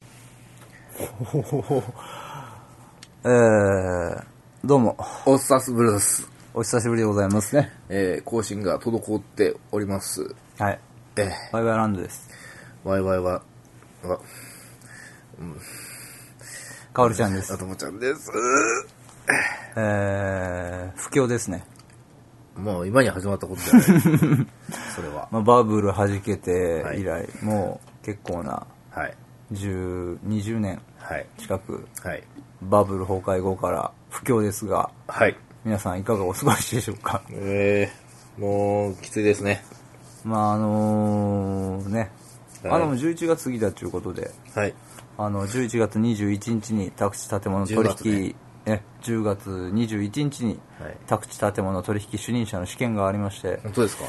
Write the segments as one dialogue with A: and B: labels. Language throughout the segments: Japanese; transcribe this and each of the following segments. A: えー、どうも、
B: おっさすブルース。
A: お久しぶりでございますね。
B: えー、更新が滞っております。
A: はい。
B: えー、
A: バイバイランドです。
B: ワイワイは、わ
A: かおるちゃんで
B: あ
A: す。
B: ともちゃんです。
A: えー、不況ですね。
B: もう今に始まったことじゃ ない。それは。
A: まあ、バブル弾けて
B: はい
A: 以来、もう結構な、
B: はい。
A: 10、20年
B: はい。
A: 近く、
B: はい。
A: バブル崩壊後から不況ですが、
B: はい。
A: 皆さんいかがお過ごしでしょうか。
B: えー、もう、きついですね。
A: まあ、あのー、ね、
B: はい
A: あの、もう11月過ぎだということで、
B: はい。
A: あの11月21日に宅地建物取引え10月21日に
B: はい
A: 宅地建物取引主任者の試験がありまして、
B: 本当ですか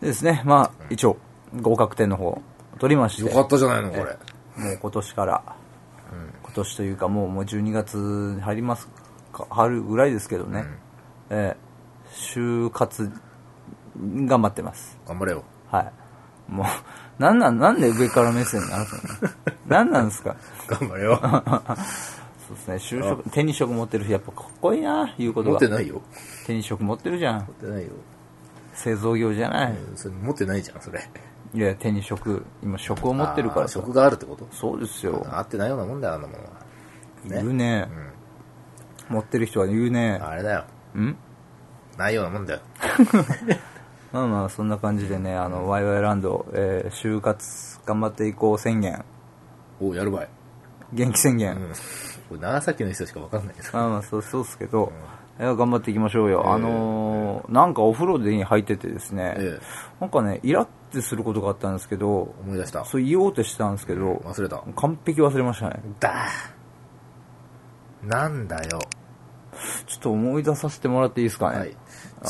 A: でですねまあ一応合格点の方取りまして
B: よかったじゃないの、これ。
A: もう今年から、今年というかもうもう12月入りますか春ぐらいですけどね、ええ就活頑張ってます
B: 頑張 れよ。
A: はいもうなんなんなんで上から目線なんすか ねなんなんですか
B: 頑張 れよ。
A: そうですね、就職、手に職持ってる人、やっぱかっこいいな、言うこと
B: 持っ
A: が
B: て。ないよ。
A: 手に職持ってるじゃん。
B: 持ってないよ。
A: 製造業じゃない。
B: それ持ってないじゃん、それ。
A: いや、手に職、今職を持ってるか
B: あ
A: ら
B: ー
A: さ。
B: 職があるってこと
A: そうですよ。
B: 合ってないようなもんだよ、あんなものは。
A: 言うね、持ってる人は言うね。
B: あれだよ。
A: うん
B: ないようなもんだよ。
A: まあまあ、そんな感じでね、あの、ワイワイランド、えー就活頑張っていこう宣言、
B: おうやるばい。
A: 元気宣言。
B: うん。これ長崎の人しかわかんないです
A: まあまあ、そう、そうですけど、いや頑張っていきましょうよ。あのーなんかお風呂で入っててですね、
B: ええ
A: なんかね、イラってすることがあったんですけど、
B: 思い出した。
A: そう言おうとしてたんですけど、
B: 忘れた。
A: 完璧忘れましたね。
B: だーなんだよ。
A: ちょっと思い出させてもらっていいですかね。
B: はい。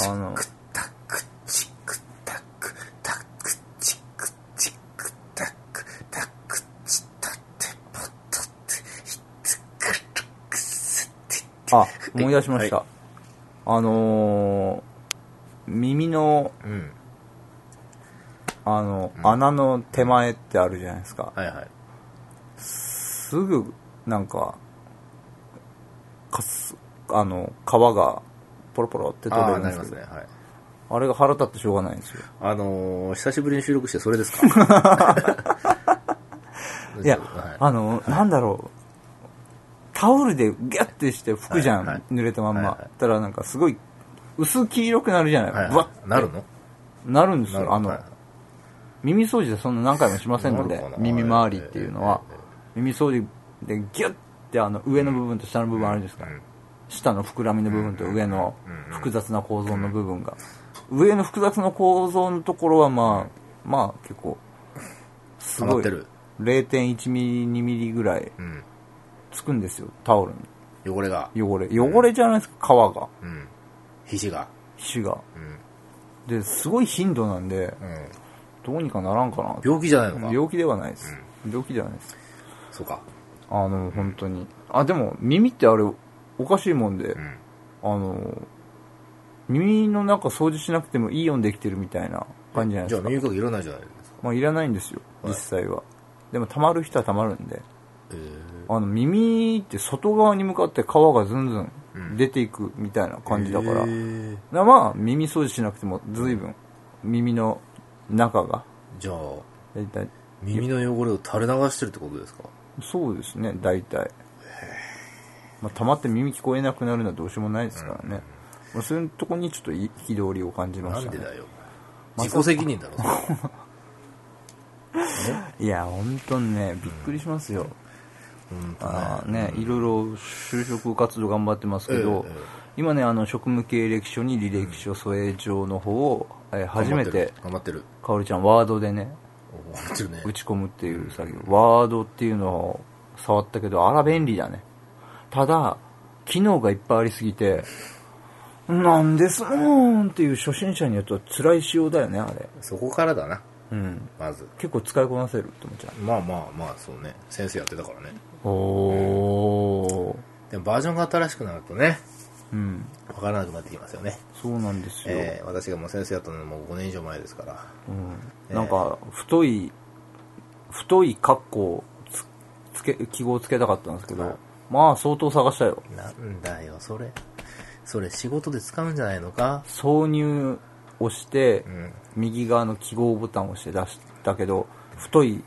A: あの、
B: タクチクタクタクチクチクタクタクチタテポタテヒツクタクステ
A: あ、思い出しました。
B: は
A: あのー耳の、
B: うん。
A: あの、穴の手前ってあるじゃないですか。
B: はいはい。
A: すぐ、なんか、かす、あの、皮が、ポロポロって取れ
B: あ
A: る
B: あ、
A: ん
B: な
A: で
B: り
A: す
B: ま
A: け
B: す
A: ど、
B: ね。はい。
A: あれが腹立ってしょうがないんですよ。
B: あのー、久しぶりに収録してそれですか
A: いや、
B: は
A: あの、なんだろう。タオルでギャッてして拭くじゃん、
B: はいはい
A: 濡れたまんま。
B: はいはい
A: たらなんかすごい薄黄色くなるじゃない
B: い。はい
A: ぶわっ
B: はい。なるの
A: なるんです
B: なる
A: よ。あの、
B: はい
A: 耳掃除でそんな何回もしませんので
B: なるか、な
A: 耳周りっていうのは、耳掃除でギュッてあの上の部分と下の部分あるんですか、
B: ん
A: 下の膨らみの部分と上の複雑な構造の部分が。上の複雑な構造のところはまあ、まあ結構、す
B: 溜ま
A: ご
B: っ
A: い
B: てる
A: 0.1ミリ、2ミリぐらい
B: うん。
A: つくんですよ、タオル
B: 汚れが。
A: に。汚れ。汚れじゃないですか、皮が、
B: うん。皮脂が。
A: 皮脂が。
B: うん。
A: で、すごい頻度なんで、
B: うん。
A: どうにかならんかなって。
B: 病気じゃないのか
A: 病気ではないです。病気ではないです。
B: そうか。
A: あの、本当に。あ、でも、耳ってあれ、おかしいもんで
B: う、ん。
A: あの、耳の中掃除しなくてもいい音できてるみたいな感じじゃないで
B: じゃあ
A: すか。
B: 耳かきいらないじゃないですか。
A: まあ、いらないんですよ、
B: はい
A: 実際は。でも、溜まる人は溜まるんで。
B: え
A: あの、耳って外側に向かって皮がずんずん出ていくみたいな感じだから。なまあ耳掃除しなくても随分耳の中が
B: じゃあ、
A: 大体
B: 耳の汚れを垂れ流してるってことですか
A: そうですね大体、まあ、たまって耳聞こえなくなるのはどうしようもないですからね、まあ、そういうとこにちょっとい憤りを感じま
B: な
A: し
B: ん
A: た
B: で
A: ね
B: だよ。自己責任だろ。
A: いや本当にねびっくりしますよ、
B: うん
A: あーねいろいろ就職活動頑張ってますけど、
B: ええええ
A: 今ねあの職務経歴書に履歴書添え状の方を、えー初めて
B: 頑張ってる。
A: かおりちゃんワードでね
B: 頑張ってるおー頑張ってる
A: 打
B: ね。
A: ち込むっていう作業、ワードっていうのを触ったけどあら便利だねただ機能がいっぱいありすぎてなんですもんっていう初心者によっては辛い仕様だよねあれ
B: そこからだな、
A: うん
B: まず。
A: 結構使いこなせるって思っちゃ
B: まあまあまあ、そうね。先生やってたからね。
A: うおー
B: でもバージョンが新しくなるとね、
A: うん
B: わからなくなってきますよね。
A: そうなんですよ、
B: えー私がもう先生やったのも5年以上前ですから。
A: うんなんか太い太いカッコをつつけ、記号つけたかったんですけど、
B: はい
A: まあ相当探したよ。
B: なんだよ、それ。それ仕事で使うんじゃないのか
A: 挿入をして、
B: うん。
A: 右側の記号ボタンを押して出したけど、太い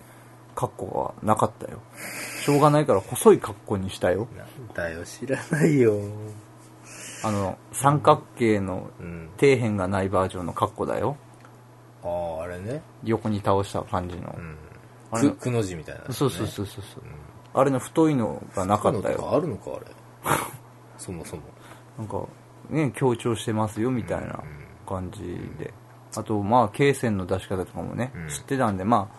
A: カッコがなかったよ。しょうがないから細いカッコにしたよ。
B: なんだよ、知らないよ。
A: あの、三角形の
B: うん。
A: 底辺がないバージョンのカッコだよ。
B: ああ、あれね。
A: 横に倒した感じの
B: う。ん。
A: あれ
B: く、くの字みたいな、ね。。
A: そうそうそううそう。うあれの太いのがなかった
B: くのと
A: よ。
B: かあるのか、あれ。 そもそも。
A: なんか、ね、強調してますよみたいな感じで。あと、まあ、罫線の出し方とかもね
B: うん、
A: 知ってたんで、ま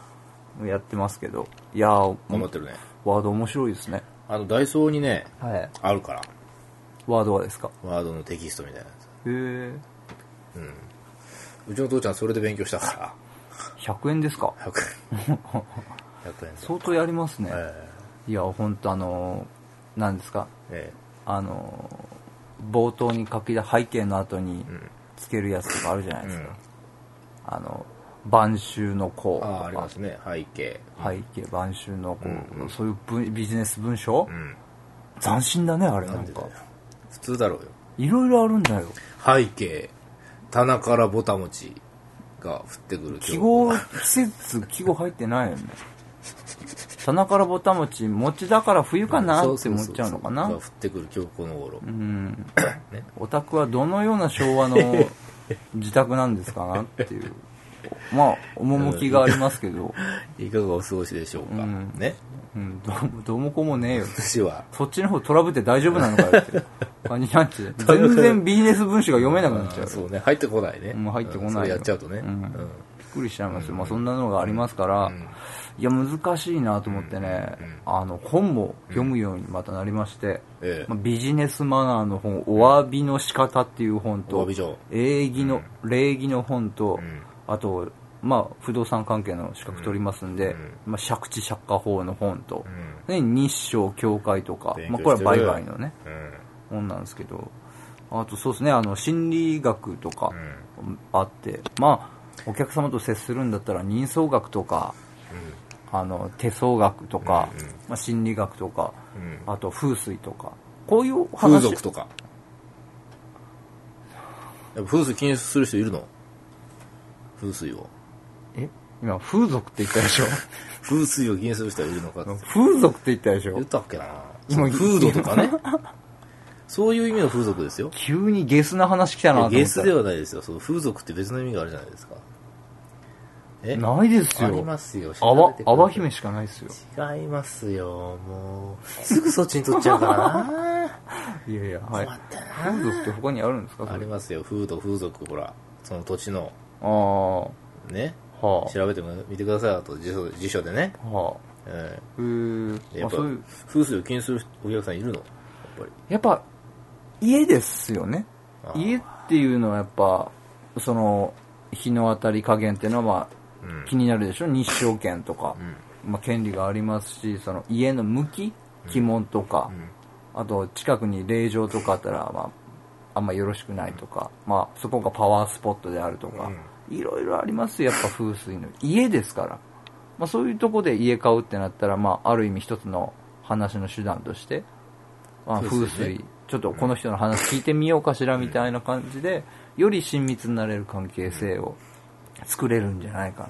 A: あ、やってますけど。いやー、
B: 頑張ってるね。
A: ワード面白いですね。
B: あの、ダイソーにね、
A: はい。
B: あるから。
A: ワードはですか
B: ワードのテキストみたいなや
A: へえ。
B: つ。うちの父ちゃんそれで勉強したか。
A: 100円ですから
B: 100円。100円で。
A: 相当やりますね。
B: え
A: いや、ほんとあのー、何ですか
B: ええ
A: あのー、冒頭に書き出背景の後につけるやつとかあるじゃないですか。あの、晩秋の子
B: え
A: と
B: ああ、ありま
A: か、
B: すね。背景。
A: 背景、晩秋の子、そういう文ビジネス文章、
B: うん。
A: 斬新だね、あれな
B: なん
A: ん
B: でだ
A: か
B: よ。。普通だろうよ。
A: いろいろあるんだよ。
B: 背景棚からぼたもちが降ってくる
A: 記
B: 今
A: 号、季節、記号入ってないよね。棚からぼたもち、餅だから冬
B: 日
A: かなって思っちゃうのかな。
B: そうそうそうが降ってくる今日この頃、
A: うん
B: ね
A: オタクはどのような昭和の自宅なんですかなっていう。まあ、趣がありますけど、
B: いかがお過ごしでしょうか、
A: うん
B: ね
A: うん、どうもどうもこうもねえよ。
B: 私は
A: そっちの方トラブって大丈夫なのかよっていう感じになっちゃう。全然ビジネス文章が読めなくなっちゃ
B: あー
A: う。
B: そうね入ってこないね
A: もう入ってこ
B: うんそ
A: ない
B: れ
A: よ
B: やっちゃうとね、
A: う
B: うんん
A: びっくりしちゃいますよ。まあ、そんなのがありますから、いや、難しいなと思ってね、あの、本も読むようにまたなりまして、
B: ええ
A: まあビジネスマナーの本、お詫びの仕方っていう本
B: お詫
A: と
B: び状、
A: 礼儀の、礼儀の本と
B: ん、
A: あと、まあ、不動産関係の資格取りますんで、まあ、借地借家法の本と、で日照協会とか、
B: 勉強
A: まあ、これは
B: して
A: 売
B: る
A: 買のね、
B: うん
A: 本なんですけど、あとそうですね、あの、心理学とかあって、まあ、お客様と接するんだったら人相学とか、あの、手相学とか、まあ、心理学とか、あと風水とか、こういう
B: 風
A: 話、
B: 俗とかやっぱ風水禁止する人いるの風水を
A: え今、風俗って言ったでしょ
B: 風水を禁止する人はいるのかって
A: 風俗って言ったでしょ
B: 言ったっけな
A: 今
B: 風土とかね。そういう意味の風俗ですよ。
A: 急にゲスな話来たなと思った
B: ゲスではないですよ。その風俗って別の意味があるじゃないですか。え
A: ないです
B: あり
A: よ。
B: ますよ。
A: あわ
B: 調べてくだ、さい
A: あわ姫しかないですよ。
B: 違いますよ、もう。すぐそっちに取っちゃうからな。
A: いやいや、はい
B: 困。ったな
A: 風俗って他にあるんですかそ
B: あり
A: れ
B: ますよ、風土、風俗、ほら。その土地の、
A: ああ、
B: ね。
A: は
B: 調べてみてください、あと辞書辞書でね。
A: あ、はあ。
B: え
A: うー
B: え
A: ま
B: や
A: あ
B: っぱ
A: そういう、
B: 風水を気にするお客さんいるのやっぱり。
A: やっぱ家ですよね
B: あー
A: 家っていうのはやっぱその日の当たり加減っていうのはまあ、
B: うん
A: 気になるでしょ日照権とか、まあ、権利がありますしその家の向き鬼門とか、あと近くに霊場とかあったら、まあ、あんまよろしくないとか、まあ、そこがパワースポットであるとか、いろいろありますよやっぱ風水の家ですから、まあ、そういうとこで家買うってなったら、まあ、ある意味一つの話の手段として、まあ、
B: そう
A: 風
B: ですよね
A: 水、ちょっとこの人の話聞いてみようかしらみたいな感じで、より親密になれる関係性を作れるんじゃないかな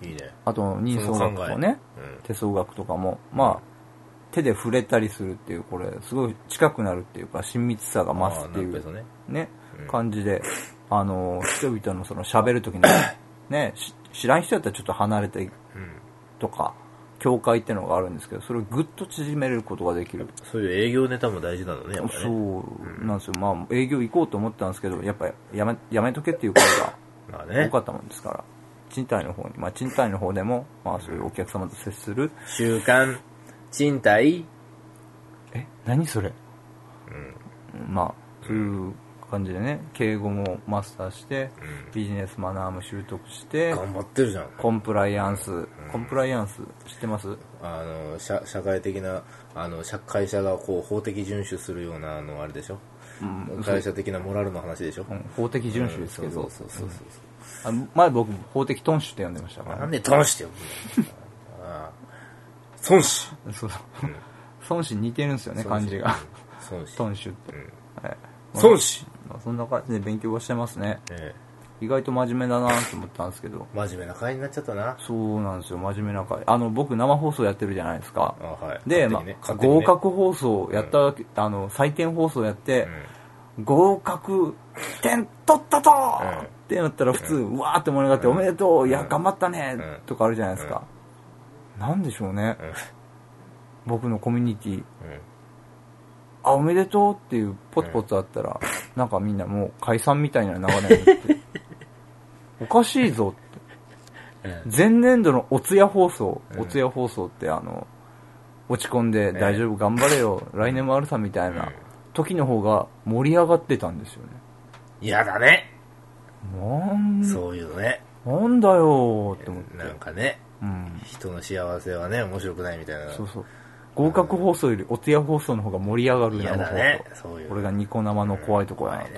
A: と。
B: いいね。
A: あと、人相学
B: そ
A: も
B: の考え
A: ね、
B: うん
A: 手相学とかも、まあ、手で触れたりするっていう、これ、すごい近くなるっていうか、親密さが増すってい
B: あーな
A: う
B: るほどね
A: ね、感じで、あの、人々のその喋るとき に、ね、し知らん人だったらちょっと離れて
B: うん。
A: とか、境界ってのがあるんですけど、それをぐっと縮めることができる。
B: そういう営業ネタも大事なのね、やっぱね。
A: そうなんですよ。まあ、営業行こうと思ったんですけど、やっぱやめ、やめとけっていう声が
B: まあ
A: 多
B: ね
A: か。ったもんですから、賃貸の方に、まあ、賃貸の方でも、まあ、そういうお客様と接する。
B: 週刊、賃貸、
A: え、何それまあ、そういう感じでね、敬語もマスターして、ビジネスマナーも習得して、
B: 頑張ってるじゃん。
A: コンプライアンス、コンプライアンス知ってます
B: あの、社、社会的な、あの、社会社がこう、法的遵守するような、あの、あれでしょ会社的なモラルの話でしょ
A: うん法的遵守ですけど、
B: うんそうそうそうそう
A: あ前僕法的遵守って呼んでましたか
B: そう。な
A: ら
B: ん
A: ね
B: で、どうしてよ。ああ孫子。
A: そうそう。 孫子似てるんですよね、漢字が。
B: 孫子。
A: 孫子って
B: う。ん
A: はい
B: 孫子。
A: まあそんな感じで勉強はしてますね。
B: ええ
A: 意外と真面目だなと思ったんですけど。
B: 真面目な会になっちゃったな。
A: そうなんですよ、真面目な回。あの、僕生放送やってるじゃないですか
B: あ。はい。
A: で、
B: 勝
A: ま
B: 手にね
A: あ、
B: 勝手にね
A: 合格放送やったわけ、あの、採点放送やって、合格点取ったと、
B: うん
A: ってなったら普通、うわーって盛り上がって、おめでとう、いや、頑張ったね、
B: うん
A: とかあるじゃないですか。なんでしょうね、僕のコミュニティ。
B: うん。うん。
A: あ、おめでとうっていうポツポツあった ら、なんかみんなもう解散みたいな流れになって。おかしいぞって。
B: うん
A: 前年度のお通夜放送、お通夜放送ってあの、落ち込んで大丈夫、頑張れ よ、来年もあるさみたいな時の方が盛り上がってたんですよね。
B: 嫌だね。
A: なん
B: そういうのね。
A: なんだよーって思って。
B: なんかね、
A: うん。
B: 人の幸せはね、面白くないみたいな。
A: そうそう。合格放送よりお通夜放送の方が盛り上がる
B: 嫌
A: 生
B: だ
A: 放
B: ね
A: 送。。
B: そういう。
A: これがニコ生の怖いところだなと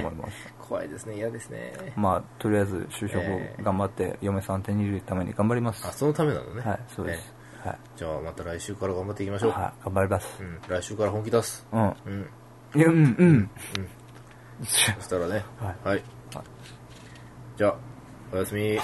A: 思います。
B: 怖いですね。嫌ですね。
A: まあ、とりあえず就職を頑張って、嫁さん手に入れるために頑張ります。
B: あ、そのためなのね。
A: はい、そうで
B: え
A: す。はい。
B: え。じゃあ、また来週から頑張っていきましょう。
A: はい、頑張ります
B: う。ん。来週から本気出す。
A: うん。
B: うん。
A: いやうん、うん。
B: そしたらね。
A: は
B: はい。じゃあ、おやすみ。